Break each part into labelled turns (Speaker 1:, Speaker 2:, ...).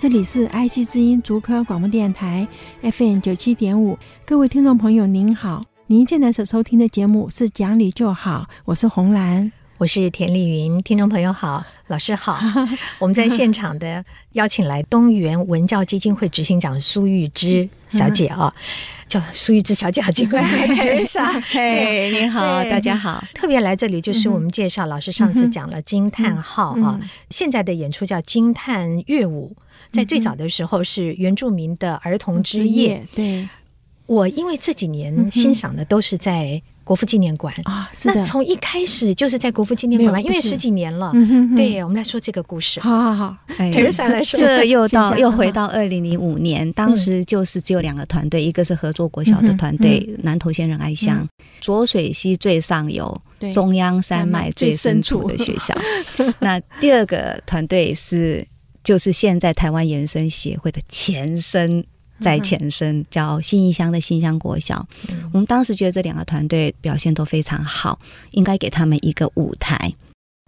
Speaker 1: 这里是 IC 之音竹科广播电台 FM 九七点五，各位听众朋友您好，您现在所收听的节目是《讲理就好》，我是红兰。
Speaker 2: 我是田丽云，听众朋友好，老 师好。我们在现场的邀请来东元文教基金会执行长苏玉芝
Speaker 1: 嗯
Speaker 2: 小姐啊、叫苏玉芝小姐好奇 怪，Teresa，
Speaker 3: 嘿，你好，
Speaker 2: 对
Speaker 3: 大家好。
Speaker 2: 特别来这里就是我们介绍，老师上次讲了惊叹号
Speaker 1: 嗯
Speaker 2: 啊，现在的演出叫惊叹乐舞，在最早的时候是原住民的儿童
Speaker 1: 嗯
Speaker 2: 之夜。
Speaker 1: 对
Speaker 2: 我因为这几年欣赏的都是在国父纪念馆，
Speaker 1: 啊，嗯是
Speaker 2: 那
Speaker 1: 的，
Speaker 2: 从一开始就是在国父纪念馆
Speaker 1: 没
Speaker 2: 嘛，
Speaker 1: 有
Speaker 2: 因为
Speaker 1: 不是
Speaker 2: 十几年了。
Speaker 1: 嗯哼哼，
Speaker 2: 对，我们来说这个故事。
Speaker 1: 好好好，
Speaker 3: 哎
Speaker 2: 陈珊来说
Speaker 3: 这又
Speaker 1: 请
Speaker 3: 到嗯
Speaker 1: 讲
Speaker 3: 又回到二零零五年，当时就是只有两个团队，一个是合作国小的团队“南投县仁爱乡”，浊水溪最上游，
Speaker 1: 对，
Speaker 3: 中央山脉最深处的学校。 那第二个团队是就是现在台湾延伸协会的前身。在前身叫新义乡的新乡国小，
Speaker 1: 嗯
Speaker 2: 嗯
Speaker 3: 我们当时觉得这两个团队表现都非常好，应该给他们一个舞台，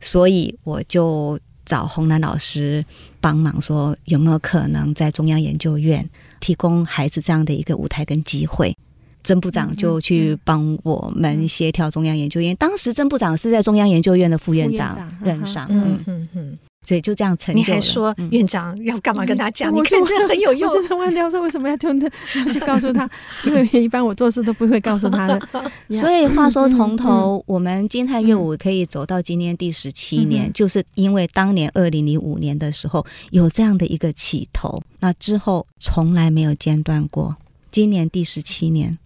Speaker 3: 所以我就找洪兰老师帮忙，说有没有可能在中央研究院提供孩子这样的一个舞台跟机
Speaker 2: 嗯
Speaker 3: 会。曾部长就去帮我们协调中央研究院，当时曾部长是在中央研究院的副院
Speaker 1: 副院
Speaker 3: 长
Speaker 1: 长嗯
Speaker 3: 任
Speaker 1: 哼
Speaker 3: 上，
Speaker 2: 嗯
Speaker 3: 嗯，
Speaker 2: 嗯嗯，
Speaker 3: 所以就这样成就
Speaker 2: 你
Speaker 3: 了。
Speaker 2: 还说
Speaker 3: 嗯
Speaker 2: 院长要干嘛跟他讲？
Speaker 1: 嗯
Speaker 2: 你看这个很有用
Speaker 1: 我。真的忘掉说为什么要听 的，我就告诉他， 因为一般我做事都不会告诉他的。Yeah 嗯
Speaker 3: 所以话说从头，我们金泰乐舞可以走到今年第十七年，
Speaker 1: 嗯
Speaker 3: 就是因为当年二零零五年的时候有这样的一个起头，那之后从来没有间断过。今年第十七年，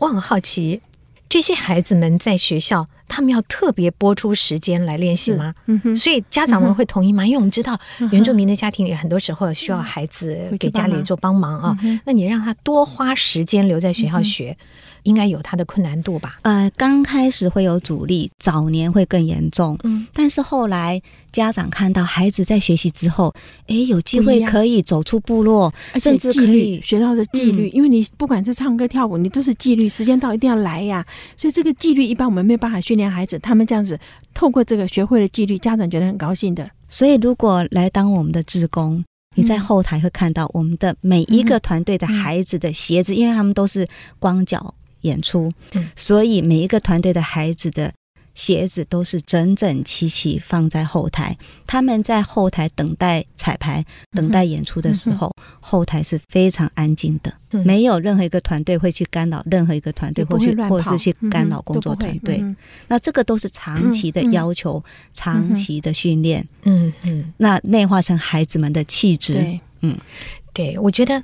Speaker 2: 我很好奇，这些孩子们在学校，他们要特别拨出时间来练习吗？
Speaker 1: 嗯哼，嗯
Speaker 2: 所以家长们会同意吗？因为我们知道原住民的家庭里，很多时候需要孩子
Speaker 1: 回去
Speaker 2: 给家里做帮忙啊。
Speaker 1: 嗯哼
Speaker 2: 那你让他多花时间留在学校
Speaker 1: 嗯
Speaker 2: 学，应该有他的困难度吧？
Speaker 3: 呃，刚开始会有阻力，早年会更严重。
Speaker 2: 嗯，
Speaker 3: 但是后来家长看到孩子在学习之后，诶，有机
Speaker 1: 不一
Speaker 3: 会
Speaker 1: 样
Speaker 3: 可以走出部落，
Speaker 1: 而且
Speaker 3: 甚至
Speaker 1: 纪
Speaker 3: 可
Speaker 1: 律
Speaker 3: 以
Speaker 1: 学到的纪
Speaker 2: 嗯
Speaker 1: 律，因为你不管是唱歌跳舞，你都是纪律，时间到一定要来呀。所以这个纪律一般我们没有办法训练孩子，他们这样子透过这个学会了纪律，家长觉得很高兴的。
Speaker 3: 所以，如果来当我们的志工，你在
Speaker 1: 嗯
Speaker 3: 后台会看到我们的每一个团队的孩子的鞋子，因为他们都是光脚演出，
Speaker 2: 嗯
Speaker 3: 所以每一个团队的孩子的鞋子都是整整齐齐放在后台。他们在后台等待彩
Speaker 1: 嗯
Speaker 3: 排、等待演出的时候，后台是非常安静的，
Speaker 2: 嗯
Speaker 3: 没有任何一个团队会去干扰任何一个团队，
Speaker 1: 也不
Speaker 3: 或
Speaker 1: 会
Speaker 3: 去
Speaker 1: 乱
Speaker 3: 或
Speaker 1: 跑
Speaker 3: 是去干扰工作
Speaker 1: 嗯哼都不会
Speaker 3: 团队。
Speaker 1: 嗯
Speaker 3: 那这个都是长期的
Speaker 1: 嗯嗯
Speaker 3: 要求，
Speaker 1: 嗯
Speaker 3: 长
Speaker 1: 哼
Speaker 3: 期的训练。
Speaker 2: 嗯嗯，
Speaker 3: 那内化成孩子们的气质。
Speaker 1: 对，
Speaker 2: 对，我觉得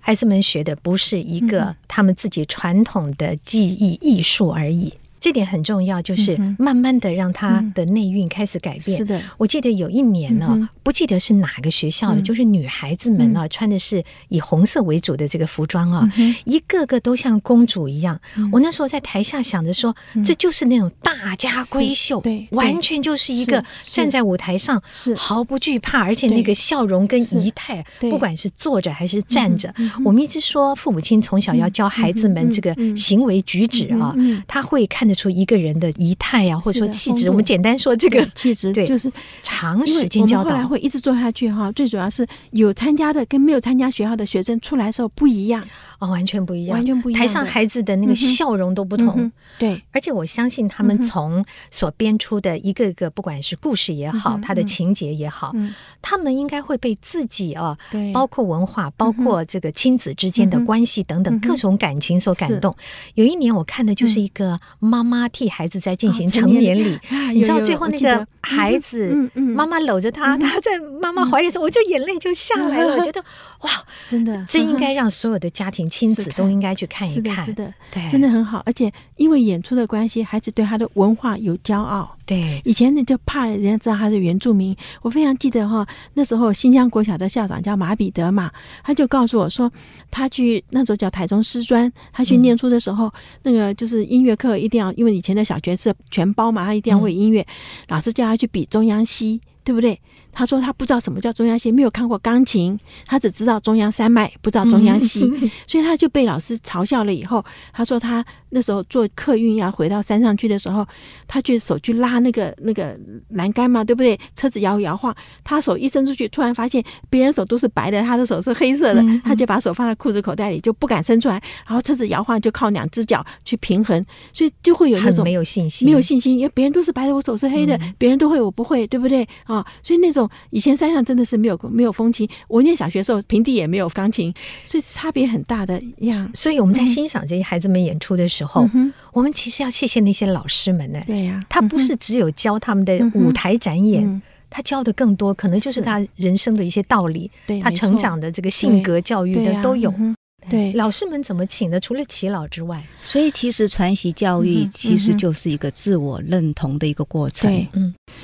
Speaker 2: 孩子们学的不是一个
Speaker 1: 嗯
Speaker 2: 他们自己传统的技艺艺术而已，这点很重要，就是
Speaker 1: 嗯
Speaker 2: 慢慢的让他
Speaker 1: 嗯
Speaker 2: 的内蕴开始改变。
Speaker 1: 是的，
Speaker 2: 我记得有一年呢、
Speaker 1: 嗯哼
Speaker 2: 不记得是哪个学校的，
Speaker 1: 嗯
Speaker 2: 就是女孩子们啊，穿的是以红色为主的这个服装啊，
Speaker 1: 嗯哼
Speaker 2: 一个个都像公主一样。
Speaker 1: 嗯
Speaker 2: 我那时候在台下想着说，这就是那种大家闺秀，
Speaker 1: 是对
Speaker 2: 完全就是一个
Speaker 1: 是是
Speaker 2: 站在舞台上
Speaker 1: 是
Speaker 2: 毫不惧怕，而且
Speaker 1: 对
Speaker 2: 那个笑容跟
Speaker 1: 是
Speaker 2: 仪态，
Speaker 1: 对
Speaker 2: 不管是坐着还是站着，
Speaker 1: 嗯哼
Speaker 2: 我们一直说父母亲从小要教孩子
Speaker 1: 嗯
Speaker 2: 们
Speaker 1: 哼
Speaker 2: 这个
Speaker 1: 嗯
Speaker 2: 行为举止啊，
Speaker 1: 嗯嗯
Speaker 2: 他会看得出一个人的仪态啊，或
Speaker 1: 是
Speaker 2: 者
Speaker 1: 的
Speaker 2: 说气
Speaker 1: 风
Speaker 2: 质。
Speaker 1: 度
Speaker 2: 我们简单说这个
Speaker 1: 对气质
Speaker 2: 对
Speaker 1: 就是
Speaker 2: 长
Speaker 1: 因为
Speaker 2: 时间教
Speaker 1: 我们后来
Speaker 2: 导，
Speaker 1: 会一直做下去哈，最主要是有参加的跟没有参加学校的学生出来的时候不一样，
Speaker 2: 哦，完全不一样，
Speaker 1: 完全不一样的
Speaker 2: 台上孩子的那个
Speaker 1: 嗯哼
Speaker 2: 笑容都不同。
Speaker 1: 嗯哼对，
Speaker 2: 而且我相信他们
Speaker 1: 嗯哼
Speaker 2: 从所编出的一个个，不管是故事也好，
Speaker 1: 嗯哼
Speaker 2: 他的
Speaker 1: 嗯
Speaker 2: 情节也好，
Speaker 1: 嗯，
Speaker 2: 他们应该会被自己啊，
Speaker 1: 对，
Speaker 2: 哦包括文化，包括这个亲子之间的
Speaker 1: 嗯哼
Speaker 2: 关系等等、
Speaker 1: 嗯哼
Speaker 2: 各种感情所感动。有一年我看的就是一个妈妈替孩子在进行成年礼，
Speaker 1: 啊
Speaker 2: 你知道
Speaker 1: 有有
Speaker 2: 最后
Speaker 1: 我
Speaker 2: 那
Speaker 1: 记得
Speaker 2: 个孩
Speaker 1: 嗯
Speaker 2: 子，
Speaker 1: 嗯嗯
Speaker 2: 妈妈搂着他，
Speaker 1: 嗯哼
Speaker 2: 他在妈妈怀里的时候，我就眼泪就下来了。
Speaker 1: 嗯
Speaker 2: 我觉得哇，
Speaker 1: 真的
Speaker 2: 这应该让所有的家庭亲子
Speaker 1: 是看
Speaker 2: 都应该去看
Speaker 1: 是
Speaker 2: 一
Speaker 1: 的，
Speaker 2: 看哎
Speaker 1: 是，的，
Speaker 2: 对，
Speaker 1: 真的很好。而且因为演出的关系，孩子对他的文化有骄傲。
Speaker 2: 对，
Speaker 1: 以前你就怕人家知道他是原住民。我非常记得哈，那时候新疆国小的校长叫马彼得嘛，他就告诉我说，他去那时候叫台中师专，他去念书的时候，那个就是音乐课一定要，因为以前的小学是全包嘛，他一定要会音乐，老师叫他去比中央西，对不对？他说他不知道什么叫中央西，没有看过钢琴，他只知道中央山脉，不知道中央西，所以他就被老师嘲笑了。以后他说他那时候坐客运要回到山上去的时候，他去手去拉那个那个栏杆嘛，对不对？车子摇摇晃，他手一伸出去，突然发现别人手都是白的，他的手是黑色
Speaker 2: 嗯
Speaker 1: 的，他就把手放在裤子口袋里，就不敢伸出来。然后车子摇晃，就靠两只脚去平衡，所以就会有那
Speaker 2: 很
Speaker 1: 种
Speaker 2: 没有信心，嗯
Speaker 1: 没有信心，因为别人都是白的，我手是黑的，别人都会，我不会，对不对啊？所以那种以前山上真的是没有没有风琴，我念小学的时候平地也没有钢琴，所以差别很大的样。
Speaker 2: 所以我们在欣赏这些孩子们演出的时候，
Speaker 1: 嗯哼，
Speaker 2: 我们其实要谢谢那些老师们呢。
Speaker 1: 对呀、
Speaker 2: 他不是只有教他们的舞台展演，
Speaker 1: 嗯，
Speaker 2: 他教的更多，可能就是
Speaker 1: 是
Speaker 2: 他人生的一些道理，
Speaker 1: 对，
Speaker 2: 他
Speaker 1: 没错
Speaker 2: 成长的这个性格教育
Speaker 1: 对
Speaker 2: 的
Speaker 1: 呀
Speaker 2: 都有。
Speaker 1: 嗯哼对
Speaker 2: 老师们怎么请的？除了耆老之外，
Speaker 3: 所以其实传习教育
Speaker 1: 嗯哼
Speaker 3: 其
Speaker 1: 嗯
Speaker 3: 实
Speaker 1: 哼
Speaker 3: 就是一个自我认同的一个过程。
Speaker 1: 对，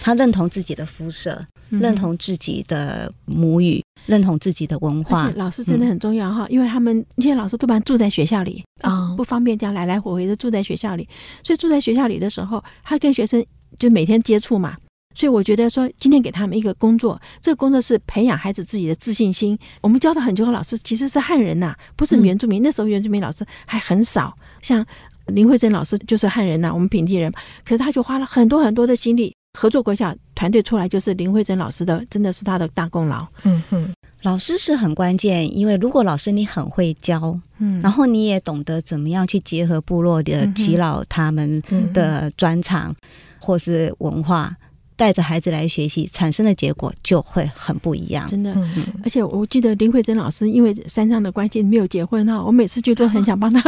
Speaker 3: 他认同自己的肤色，
Speaker 1: 嗯
Speaker 3: 认同自己的母语，认同自己的文
Speaker 1: 而
Speaker 3: 化
Speaker 1: 且。老师真的嗯很重要哈，因为他们那些老师多半住在学校里
Speaker 2: 啊
Speaker 1: 不方便这样来来回回的住在学校里，所以住在学校里的时候，他跟学生就每天接触嘛。所以我觉得说，今天给他们一个工作，这个工作是培养孩子自己的自信心。我们教的很多老师其实是汉人呐、不是
Speaker 2: 嗯
Speaker 1: 原住民。那时候原住民老师还很少，像林慧珍老师就是汉人呐、我们平地人。可是他就花了很多很多的心力，合作国小团队出来就是林慧珍老师的，真的是他的大功劳。
Speaker 2: 嗯哼，
Speaker 3: 老师是很关键，因为如果老师你很会教，
Speaker 1: 嗯
Speaker 3: 然后你也懂得怎么样去结合部落的
Speaker 1: 嗯哼
Speaker 3: 耆老他们
Speaker 2: 嗯
Speaker 3: 的专长或是文化，带着孩子来学习，产生的结果就会很不一样。
Speaker 1: 真的，
Speaker 2: 嗯
Speaker 1: 而且我记得林慧珍老师因为山上的关系没有结婚啊哈，我每次去都很想帮她，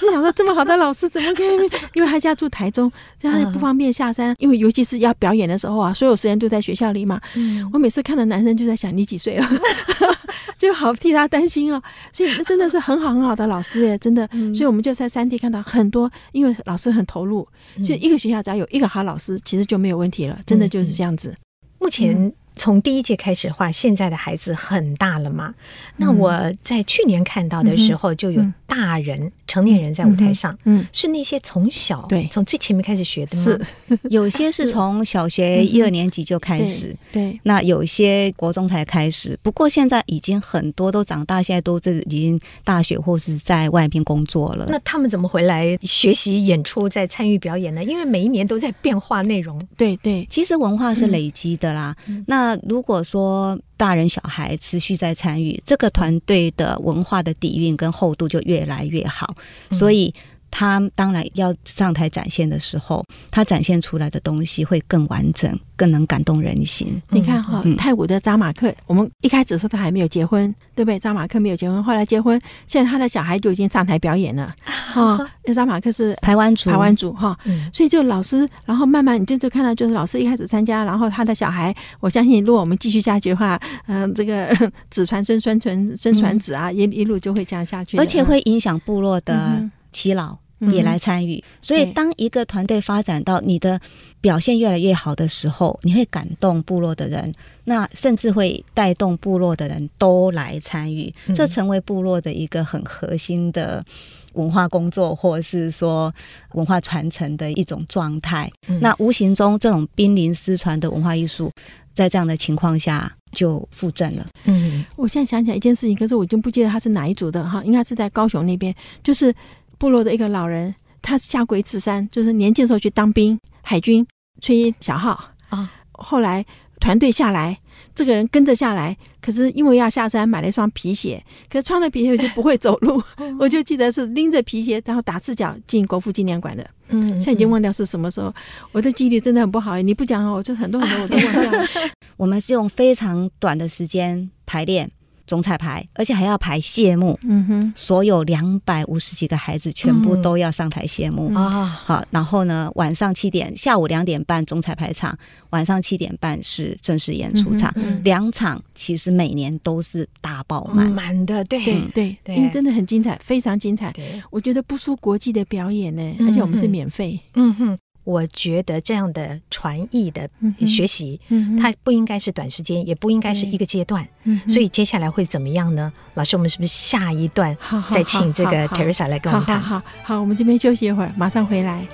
Speaker 1: 就想说这么好的老师怎么可以？因为她家住台中，所以她也不方便下山，因为尤其是要表演的时候啊，所有时间都在学校里嘛。
Speaker 2: 嗯
Speaker 1: 我每次看到男生就在想你几岁了， 就好替他担心哦。所以那真的是很好很好的老师耶，真的。所以我们就在山地看到很多，因为老师很投入，就一个学校只要有一个好老师，其实就没有问题了，真的就是这样子。
Speaker 2: 目
Speaker 1: 嗯
Speaker 2: 前从第一届开始的话，现在的孩子很大了嘛。
Speaker 1: 嗯
Speaker 2: 那我在去年看到的时候，就有大人、成年人在舞台上，
Speaker 1: 嗯，
Speaker 2: 是那些从小
Speaker 1: 对
Speaker 2: 从最前面开始学的吗？
Speaker 1: 是，
Speaker 3: 有些是从小学一二年级就开
Speaker 1: 嗯对
Speaker 3: 始，
Speaker 1: 对，
Speaker 3: 那有些国中才开始，不过现在已经很多都长大，现在都这已经大学或是在外边工作了。
Speaker 2: 那他们怎么回来学习演出，再参与表演呢？因为每一年都在变化内容。
Speaker 1: 对对，
Speaker 3: 其实文化是累积的啦。那如果说大人小孩持续在参与，这个团队的文化的底蕴跟厚度就越来越好。所以他当然要上台展现的时候，他展现出来的东西会更完整，更能感动人心。
Speaker 1: 你看哈、
Speaker 3: 嗯
Speaker 1: 泰国的扎马克，我们一开始说他还没有结婚，对不对？扎马克没有结婚，后来结婚，现在他的小孩就已经上台表演 了。哦，那扎马克是
Speaker 3: 台湾族，
Speaker 1: 台湾族哈、
Speaker 2: 嗯
Speaker 1: 所以就老师，然后慢慢你就就看到，就是老师一开始参加，然后他的小孩，我相信如果我们继续下去的话，嗯、这个 子传孙，孙传孙传子啊，一一路就会这样下去的，
Speaker 3: 而且会影响部落的
Speaker 1: 嗯
Speaker 3: 耆老。
Speaker 1: 嗯
Speaker 3: 也来参与。所以，
Speaker 1: 对
Speaker 3: 当一个团队发展到你的表现越来越好的时候，你会感动部落的人，那甚至会带动部落的人都来参与，
Speaker 2: 嗯
Speaker 3: 这成为部落的一个很核心的。文化工作，或是说文化传承的一种状态，
Speaker 2: 嗯
Speaker 3: 那无形中这种濒临失传的文化艺术，在这样的情况下就附赠了。
Speaker 2: 嗯
Speaker 1: 我现在想起来一件事情，可是我已经不记得他是哪一组的哈，应该是在高雄那边，就是部落的一个老人，他下过一次山，就是年轻的时候去当兵，海军吹小号
Speaker 2: 啊，
Speaker 1: 后来团队下来，这个人跟着下来，可是因为要下山，买了一双皮鞋，可是穿了皮鞋就不会走 路，
Speaker 2: 哦
Speaker 1: 我就记得是拎着皮鞋，然后打赤脚进国父纪念馆的，
Speaker 2: 嗯，
Speaker 1: 现在已经忘掉是什么时候，我的记忆力真的很不好，你不 讲哦，我就很多很多我都忘掉了，
Speaker 3: 我们是用非常短的时间排练，总彩排，而且还要排谢幕，
Speaker 1: 嗯哼，
Speaker 3: 所有两百五十几个孩子全
Speaker 2: 嗯
Speaker 3: 部都要上台谢
Speaker 1: 嗯
Speaker 3: 幕。
Speaker 2: 啊，
Speaker 3: 好，然后呢，晚上七点，下午两点半总彩排场，晚上七点半是正式演出场。
Speaker 2: 嗯
Speaker 3: 两场其实每年都是大爆满，
Speaker 2: 满的，对
Speaker 1: 对嗯对，
Speaker 2: 对
Speaker 1: 因为真的很精彩，非常精彩。
Speaker 2: 对，
Speaker 1: 我觉得不输国际的表演呢，
Speaker 2: 嗯
Speaker 1: 而且我们是免费，
Speaker 2: 嗯哼，我觉得这样的传艺的
Speaker 1: 嗯哼
Speaker 2: 学习，
Speaker 1: 嗯
Speaker 2: 它不应该是短时间，也不应该是一个阶段。所以接下来会怎么样呢？老师，我们是不是下一段
Speaker 1: 好好
Speaker 2: 再请这个
Speaker 1: 好好
Speaker 2: Teresa 来跟我
Speaker 1: 好
Speaker 2: 们
Speaker 1: 好
Speaker 2: 谈？
Speaker 1: 好好，我们这边休息一会儿，马上回来。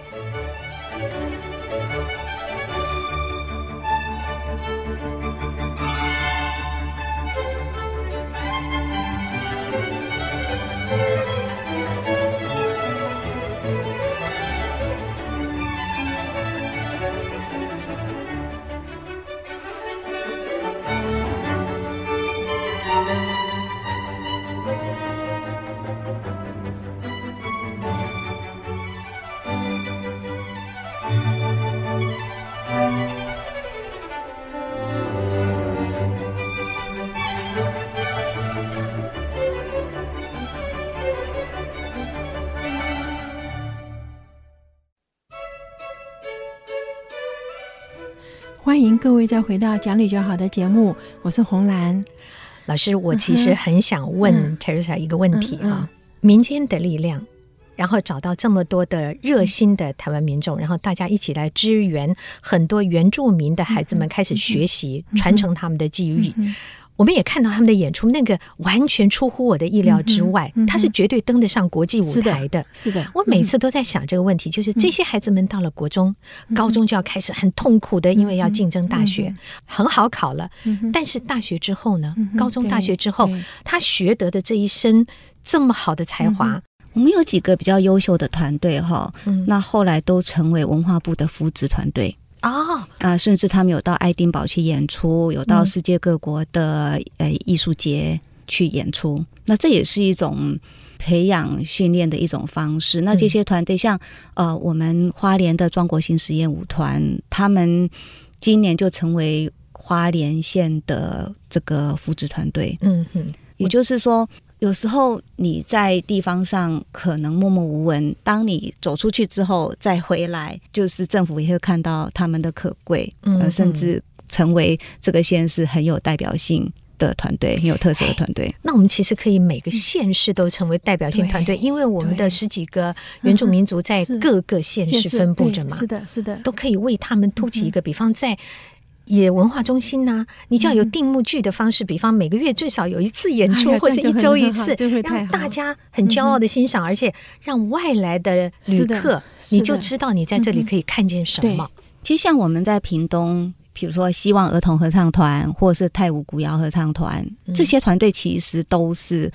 Speaker 1: 欢迎各位再回到《讲理就好》的节目，我是红兰。
Speaker 2: 老师，我其实很想问
Speaker 1: 嗯
Speaker 2: Teresa 一个问题
Speaker 1: 嗯
Speaker 2: 啊：民间的力量，然后找到这么多的热心的台湾民众，然后大家一起来支援很多原住民的孩子们开始学习，传承他们的技艺。
Speaker 1: 嗯
Speaker 2: 我们也看到他们的演出，那个完全出乎我的意料之外
Speaker 1: 嗯哼嗯，哼
Speaker 2: 他是绝对登得上国际舞
Speaker 1: 是的嗯
Speaker 2: 台的。
Speaker 1: 是的，
Speaker 2: 我每次都在想这个问题，就是这些孩子们到了国中、
Speaker 1: 嗯
Speaker 2: 高中就要开始很痛苦的，因为要竞争大学，很好考了。
Speaker 1: 嗯哼
Speaker 2: 但是大学之后呢
Speaker 1: 嗯？哼
Speaker 2: 高中、
Speaker 1: 对
Speaker 2: 大学之后
Speaker 1: 对，
Speaker 2: 他学得的这一身这么好的才华，
Speaker 3: 我们有几个比较优秀的团队哈，
Speaker 2: 嗯，
Speaker 3: 那后来都成为文化部的扶植团队
Speaker 1: 嗯
Speaker 2: 哦，
Speaker 3: 啊、甚至他们有到爱丁堡去演出，有到
Speaker 1: 嗯
Speaker 3: 世界各国的、呃艺术节去演出。那这也是一种培养训练的一种方式。那这些团队像呃我们花莲的庄国兴实验舞团，他们今年就成为花莲县的这个扶植团队。
Speaker 2: 嗯哼，
Speaker 3: 也就是说，有时候你在地方上可能默默无闻，当你走出去之后再回来，就是政府也会看到他们的可贵，
Speaker 2: 嗯
Speaker 3: 呃，甚至成为这个县市很有代表性的团队，很有特色的团队。
Speaker 2: 那我们其实可以每个县市都成为代表性团队，因为我们的
Speaker 1: 嗯对
Speaker 2: 十几个原住民族在
Speaker 1: 是
Speaker 2: 各个县
Speaker 1: 也
Speaker 2: 市分布着
Speaker 1: 对
Speaker 2: 嘛，
Speaker 1: 是的，是的，
Speaker 2: 都可以为他们突
Speaker 1: 嗯
Speaker 2: 起一个，比方在。野文化中心呐、你就要有定目剧的方式，比方每个月最少有一次演
Speaker 1: 嗯
Speaker 2: 出，
Speaker 1: 哎呀
Speaker 2: 或者
Speaker 1: 这
Speaker 2: 一
Speaker 1: 样就
Speaker 2: 周
Speaker 1: 很
Speaker 2: 一
Speaker 1: 好
Speaker 2: 次
Speaker 1: 这会，太
Speaker 2: 让
Speaker 1: 好嗯
Speaker 2: 大家很骄傲的欣赏，而且让外来的旅
Speaker 1: 是的
Speaker 2: 客，
Speaker 1: 是
Speaker 2: 你
Speaker 1: 的
Speaker 2: 就知道你在这里
Speaker 1: 嗯哼
Speaker 2: 可以看见什
Speaker 1: 对
Speaker 2: 么。
Speaker 3: 其实像我们在屏东。比如说，希望儿童合唱团，或是泰武古谣合唱团，
Speaker 2: 嗯
Speaker 3: 这些团队其实都是，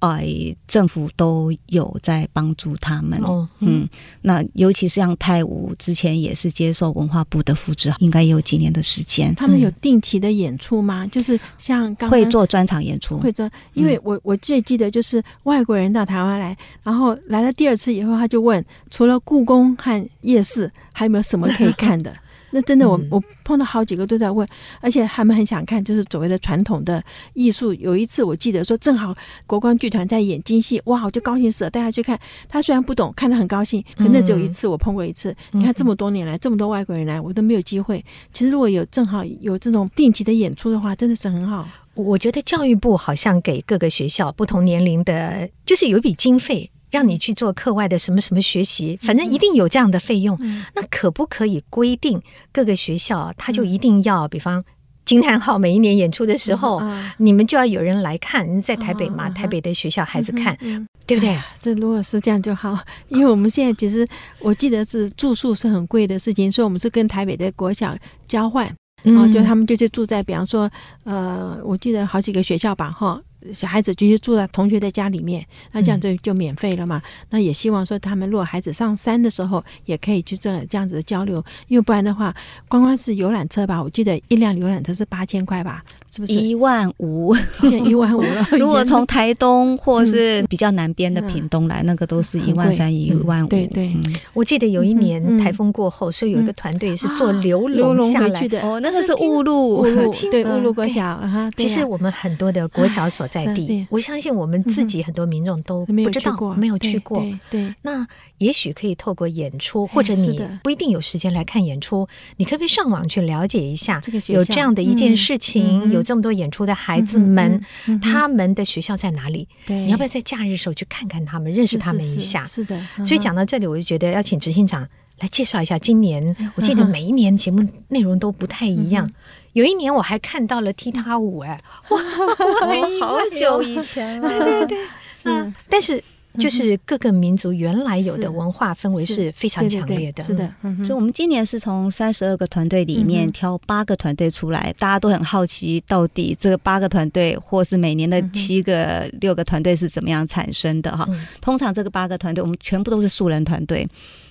Speaker 3: 呃，政府都有在帮助他们。
Speaker 2: 哦，
Speaker 3: 嗯，那尤其是像泰晤之前也是接受文化部的复制，应该也有几年的时间，
Speaker 1: 他们有
Speaker 2: 嗯
Speaker 1: 定期的演出吗？就是像刚刚
Speaker 3: 会做专场演出。
Speaker 1: 会说，因为我我最记得就是外国人到台湾来，然后来了第二次以后，他就问，除了故宫和夜市，还有没有什么可以看的？ 那真的我，我
Speaker 2: 嗯
Speaker 1: 碰到好几个都在问，而且他们很想看，就是所谓的传统的艺术。有一次我记得说，正好国光剧团在演京戏，哇，我就高兴死了，带他去看。他虽然不懂，看得很高兴，可那只有一次我碰过一次。你看这么多年来，这么多外国人来，我都没有机会。其实如果有正好有这种定期的演出的话，真的是很好。
Speaker 2: 我觉得教育部好像给各个学校不同年龄的，就是有一笔经费。让你去做课外的什么什么学习，反
Speaker 1: 嗯
Speaker 2: 正一定有这样的费用。那可不可以规定各个学校，
Speaker 1: 嗯
Speaker 2: 他就一定要，比方惊叹号每一年演出的时候，
Speaker 1: 啊
Speaker 2: 你们就要有人来看，在台北
Speaker 1: 嗯
Speaker 2: 嘛，
Speaker 1: 嗯嗯
Speaker 2: 台北的学校孩子看，
Speaker 1: 嗯
Speaker 2: 对不对？
Speaker 1: 这如果是这样就好，因为我们现在其实我记得是住宿是很贵的事情，所以我们是跟台北的国小交换，
Speaker 2: 嗯
Speaker 1: 啊、就他们就去住在，比方说，呃，我记得好几个学校吧，哈。小孩子就去住在同学的家里面，那这样就就免费了嘛。那也希望说，他们如果孩子上山的时候，也可以去这这样子的交流，因为不然的话，光光是游览车吧，我记得一辆游览车是八千块吧，是不是？
Speaker 3: 一万五，
Speaker 1: 现在一万五了。
Speaker 3: 如果从台东
Speaker 1: 嗯
Speaker 3: 或是比较南边的屏东来，那个都是一万三、一万五。
Speaker 1: 对对
Speaker 3: 嗯
Speaker 2: 我记得有一年
Speaker 1: 嗯嗯
Speaker 2: 台风过后，所以有一个团队是坐
Speaker 1: 啊
Speaker 2: 流
Speaker 1: 流
Speaker 2: 龙
Speaker 1: 龙
Speaker 2: 下
Speaker 1: 回
Speaker 2: 来
Speaker 1: 去的，
Speaker 3: 哦，那个是误入
Speaker 1: 误入
Speaker 2: 听
Speaker 1: 对
Speaker 2: 嗯
Speaker 1: 误入国
Speaker 2: 对
Speaker 1: 小啊哈。对
Speaker 2: 其实
Speaker 1: 呀
Speaker 2: 我们很多的国小所在
Speaker 1: 在
Speaker 2: 地
Speaker 1: 地，嗯
Speaker 2: 我相信我们自己很多民众都
Speaker 1: 没
Speaker 2: 不
Speaker 1: 有
Speaker 2: 知
Speaker 1: 去
Speaker 2: 道
Speaker 1: 过，，
Speaker 2: 没有去过。
Speaker 1: 对对
Speaker 2: 那也许可以透过演出，或者
Speaker 1: 哎是
Speaker 2: 你
Speaker 1: 的
Speaker 2: 不一定有时间来看演出，你可不可以上网去了解一下
Speaker 1: 这个？学校
Speaker 2: 有这样的一件
Speaker 1: 嗯
Speaker 2: 事情，
Speaker 1: 嗯
Speaker 2: 有这么多演出的孩子们，他们的学校在哪里？
Speaker 1: 对，
Speaker 2: 你要不要在假日的时候去看看他们，认识
Speaker 1: 是
Speaker 2: 他们
Speaker 1: 是是
Speaker 2: 一下？
Speaker 1: 哎是的，
Speaker 2: 所以
Speaker 1: 嗯
Speaker 2: 讲到这里，我就觉得要请执行长来介绍一下今年。
Speaker 1: 嗯
Speaker 2: 我记得每一年节目内容都不太一样，有一年我还看到了踢踏舞，哎，
Speaker 3: 我好 久以前啊了，对对对，
Speaker 1: 是
Speaker 2: 啊
Speaker 1: 嗯
Speaker 2: 但是就是各个民族原来有的
Speaker 1: 是
Speaker 2: 文化氛围
Speaker 1: 是
Speaker 2: 是非常
Speaker 1: 对对
Speaker 2: 强烈
Speaker 1: 对
Speaker 2: 的，
Speaker 1: 是的，嗯哼
Speaker 3: 所以，我们今年是从三十二个团队里
Speaker 1: 嗯
Speaker 3: 面
Speaker 1: 哼
Speaker 3: 挑八个团队出来，大家都很好奇，到底这八个团队或是每年的
Speaker 1: 嗯哼
Speaker 3: 七个、六个团队是怎么样产生的哈？
Speaker 2: 嗯
Speaker 3: 通常这个八个团队，我们全部都是素人团队。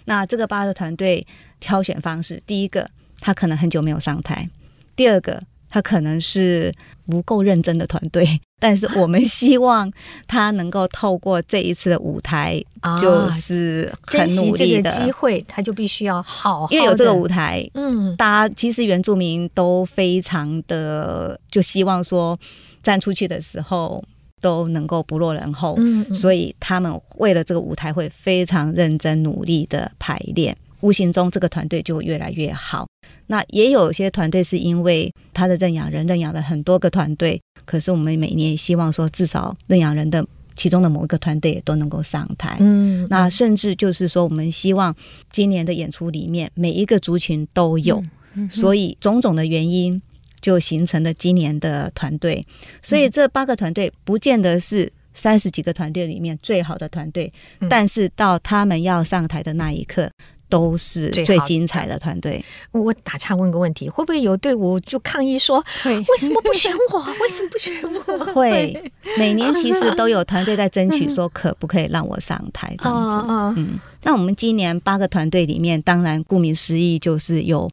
Speaker 3: 那这个八个团队挑选方式，第一个，他可能很久没有上台；第二个，他可能是不够认真的团队。 但是我们希望他能够透过这一次的舞台，
Speaker 2: 啊
Speaker 3: 就是很
Speaker 2: 珍惜
Speaker 3: 努
Speaker 2: 这
Speaker 3: 力
Speaker 2: 个
Speaker 3: 的，
Speaker 2: 机会，他就必须要好好，
Speaker 3: 因为有这个舞，台，
Speaker 2: 嗯，
Speaker 3: 大家其实原住民都非常的就希望说站出去的时候都能够不落人后，
Speaker 2: 嗯嗯
Speaker 3: 所以他们为了这个舞台会非常认真努力的排练，无形中这个团队就会越来越好。那也有些团队是因为他的认养人认养了很多个团队，可是我们每年也希望说至少认养人的其中的某一个团队也都能够上台，
Speaker 2: 嗯，
Speaker 3: 那甚至就是说，我们希望今年的演出里面每一个族群
Speaker 1: 嗯
Speaker 3: 都
Speaker 2: 嗯
Speaker 3: 有，所以种种的原因就形成了今年的团队。所
Speaker 2: 嗯
Speaker 3: 以这八个团队不见得是三十几个团队里面最好的团队，
Speaker 2: 嗯
Speaker 3: 但是到他们要上台的那一刻，都是
Speaker 2: 最好
Speaker 3: 最
Speaker 2: 的
Speaker 3: 精彩的团 队。
Speaker 2: 我我打岔问个问题，会不会有队伍就抗议 说，
Speaker 1: 会
Speaker 2: 为什么不选我？为什么不选我？
Speaker 3: 会每年其实都有团队在争 取说，可不可以让我上台这样子。
Speaker 2: 啊
Speaker 3: 嗯，那我们今年八个团队里面，当然顾名思义就是有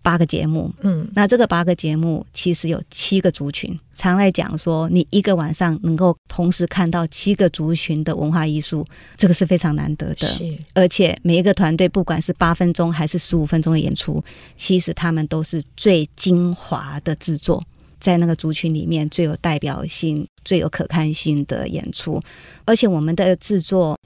Speaker 3: 八个节目。
Speaker 2: 嗯
Speaker 3: 那这个八个节目其实有七个族群，常来讲说，你一个晚上能够同时看到七个族群的文化艺术，这个是非常难得的。
Speaker 2: 是
Speaker 3: 而且每一个团队，不管是八分钟还是十五分钟的演出，其实他们都是最精华的制作，在那个族群里面最有代表性、最有可看性的演出。而且我们的制作，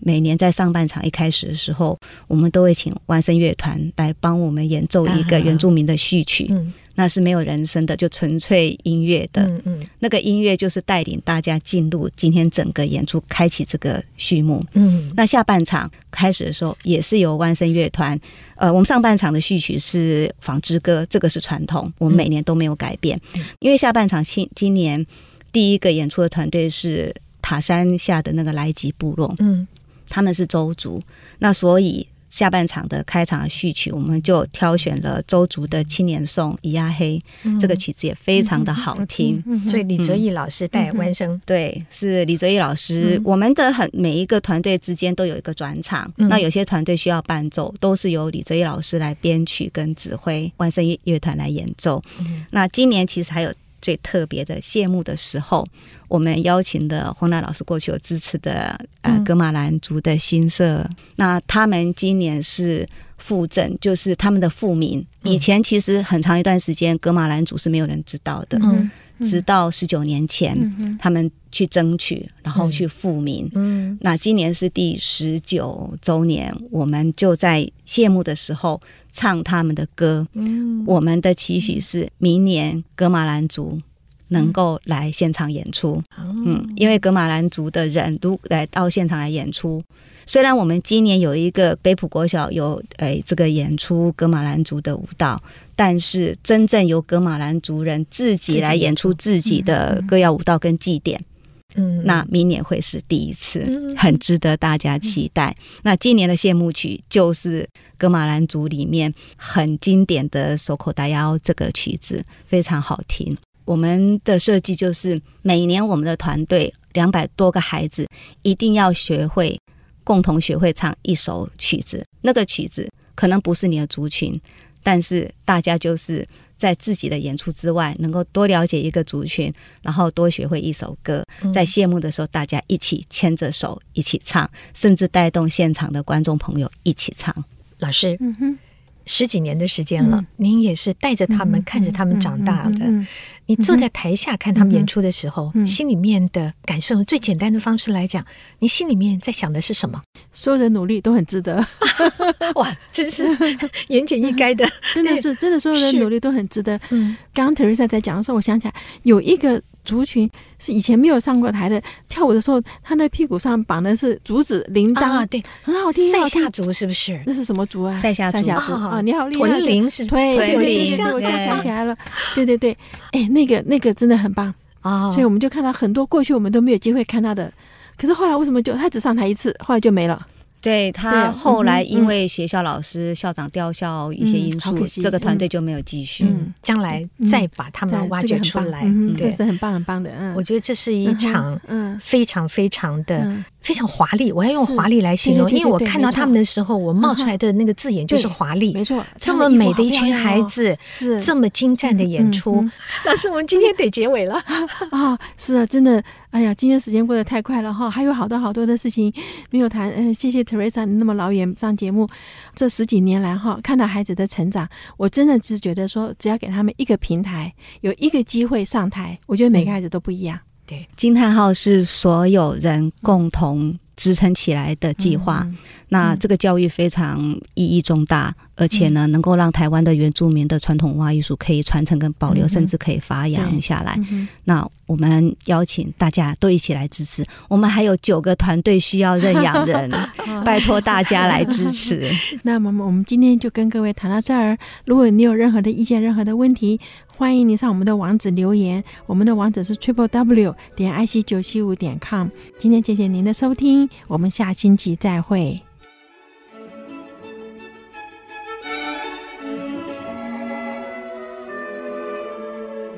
Speaker 3: 每年在上半场一开始的时候，我们都会请万声乐团来帮我们演奏一
Speaker 2: 啊
Speaker 3: 个原住民的序曲，
Speaker 2: 嗯
Speaker 3: 那是没有人声的，就纯粹音乐的。
Speaker 2: 嗯嗯
Speaker 3: 那个音乐就是带领大家进入今天整个演出，开启这个序幕。
Speaker 2: 嗯，
Speaker 3: 那下半场开始的时候，也是由万声乐团。呃，我们上半场的序曲是《纺织歌》，这个是传统，我们每年都没有改变。因为下半场今今年第一个演出的团队是塔山下的那个莱吉部落，
Speaker 2: 嗯
Speaker 3: 他们是周族，那所以下半场的开场的序曲，我们就挑选了周族的青年颂《咿呀嘿》，
Speaker 2: 嗯
Speaker 3: 这个曲子也非常的嗯好听。
Speaker 1: 嗯
Speaker 2: 所以李
Speaker 3: 嗯
Speaker 2: 哲毅老师带弯声，
Speaker 3: 对，是李哲毅老师。
Speaker 2: 嗯
Speaker 3: 我们的很每一个团队之间都有一个转场，
Speaker 2: 嗯
Speaker 3: 那有些团队需要伴奏，都是由李哲毅老师来编曲跟指挥，万声乐乐团来演奏。
Speaker 2: 嗯
Speaker 3: 那今年其实还有最特别的谢幕的时候，我们邀请的洪娜老师过去有支持的呃
Speaker 2: 嗯
Speaker 3: 格马兰族的新社，那他们今年是。副镇就是他们的副名，
Speaker 2: 嗯
Speaker 3: 以前其实很长一段时间，格马兰族是没有人知道的，
Speaker 2: 嗯
Speaker 3: 直到十九年前，
Speaker 1: 嗯
Speaker 3: 他们去争取，然后去复明。
Speaker 2: 嗯
Speaker 3: 那今年是第十九周年，我们就在谢幕的时候唱他们的歌。
Speaker 2: 嗯
Speaker 3: 我们的期许是明年格马兰族能够来现场演出。嗯，因为格马兰族的人都来到现场来演出。虽然我们今年有一个北浦国小有诶、这个演出格马兰族的舞蹈，但是真正由格马兰族人自己来演出嗯自己的歌谣舞蹈跟祭典，
Speaker 2: 嗯
Speaker 3: 那明年会是第一次
Speaker 2: 嗯，
Speaker 3: 很值得大家期待。那今年的谢幕曲就是格马兰族里面很经典的手口打腰这个曲子，非常好听。我们的设计就是每年我们的团队两百多个孩子一定要学会共同学会唱一首曲子，那个曲子可能不是你的族群，但是大家就是在自己的演出之外，能够多了解一个族群，然后多学会一首歌，在谢幕的时候，大家一起牵着手一起唱，甚至带动现场的观众朋友一起唱。
Speaker 2: 老师
Speaker 1: 嗯哼，
Speaker 3: 嗯
Speaker 1: 嗯
Speaker 2: 十几年的时间了，您也是带着他们看着他们长大的，你坐在台下看他们演出的时候，
Speaker 1: 嗯
Speaker 2: 心里面的感受，最简单的方式来讲，你心里面在想的是什 么？
Speaker 1: 所有的努力都很值 得，
Speaker 2: 哇，真 是言简意赅的。
Speaker 1: 真的是真的，所有的
Speaker 2: 是
Speaker 1: 努力都很值得。
Speaker 2: 嗯，
Speaker 1: 刚刚 Teresa 在讲的时候，我想起来有一个族群是以前没有上过台的，跳舞的时候，他那屁股上绑的是竹子铃铛，
Speaker 2: 啊，对，
Speaker 1: 很好听，很
Speaker 2: 塞
Speaker 1: 好听
Speaker 2: 夏族是不是？
Speaker 1: 那是什么族啊？
Speaker 3: 塞夏族
Speaker 1: 塞夏族
Speaker 2: 哦
Speaker 1: 啊，你好厉害！
Speaker 2: 臀铃是不是
Speaker 1: 对对
Speaker 3: 臀
Speaker 1: 对，
Speaker 3: 铃
Speaker 1: 现在我就
Speaker 3: 对
Speaker 1: 想起来了，对对对，哎，那个那个真的很棒，
Speaker 2: 哦，
Speaker 1: 所以我们就看到很多过去我们都没有机会看到的，可是后来为什么就他只上台一次，后来就没了？
Speaker 3: 对啊
Speaker 1: 对
Speaker 3: 他
Speaker 1: 嗯
Speaker 3: 后来
Speaker 1: 嗯
Speaker 3: 因为学校老师、校长调校一些因
Speaker 1: 嗯好
Speaker 3: 素
Speaker 1: 可，惜
Speaker 3: 这个团队就没有继续。
Speaker 1: 嗯
Speaker 2: 将来再把他们挖掘出来。
Speaker 1: 嗯哼，
Speaker 2: 对
Speaker 1: 这，是很棒很棒的，嗯，
Speaker 2: 我觉得这是一场
Speaker 1: 嗯
Speaker 2: 非常非常的、
Speaker 1: 嗯
Speaker 2: 非常华丽，我要用
Speaker 1: 是
Speaker 2: 华丽来形容，
Speaker 1: 对对对
Speaker 2: 因为我
Speaker 1: 对对
Speaker 2: 看到
Speaker 1: 没错嗯
Speaker 2: 他们的时候，我冒出来的那个字眼就是
Speaker 1: 对
Speaker 2: 华丽，
Speaker 1: 没错，
Speaker 2: 这
Speaker 1: 他
Speaker 2: 么
Speaker 1: 们衣
Speaker 2: 美
Speaker 1: 服
Speaker 2: 的一
Speaker 1: 好漂
Speaker 2: 群
Speaker 1: 亮
Speaker 2: 孩
Speaker 1: 哦
Speaker 2: 子，
Speaker 1: 是
Speaker 2: 这么精湛的演出。
Speaker 1: 嗯
Speaker 2: 老师，我们今天得结尾了。
Speaker 1: 啊、是啊，真的，哎呀，今天时间过得太快了哈，还有好多好多的事情没有谈。嗯、谢谢 Teresa 你那么老远上节目，这十几年来哈，看到孩子的成长，我真的是觉得说，只要给他们一个平台，有一个机会上台，我觉得
Speaker 3: 嗯
Speaker 1: 每个孩子都不一样。
Speaker 3: 惊叹号是所有人共同支撑起来的计划。
Speaker 1: 嗯
Speaker 3: 那这个教育非常意义重大，而且
Speaker 2: 嗯
Speaker 3: 呢，能够让台湾的原住民的传统文化艺术可以传承跟保留，
Speaker 2: 嗯哼
Speaker 3: 甚至可以发扬下来。
Speaker 1: 嗯哼
Speaker 3: 那我们邀请大家都一起来支持，我们还有九个团队需要认养人，
Speaker 2: 哦
Speaker 3: 拜托大家来支持。
Speaker 1: 那么我们今天就跟各位谈到这儿。如果你有任何的意见、任何的问题，欢迎您上我们的网址留言。我们的网址是 triple w 点 i c 九七五点 com。今天谢谢您的收听，我们下星期再会。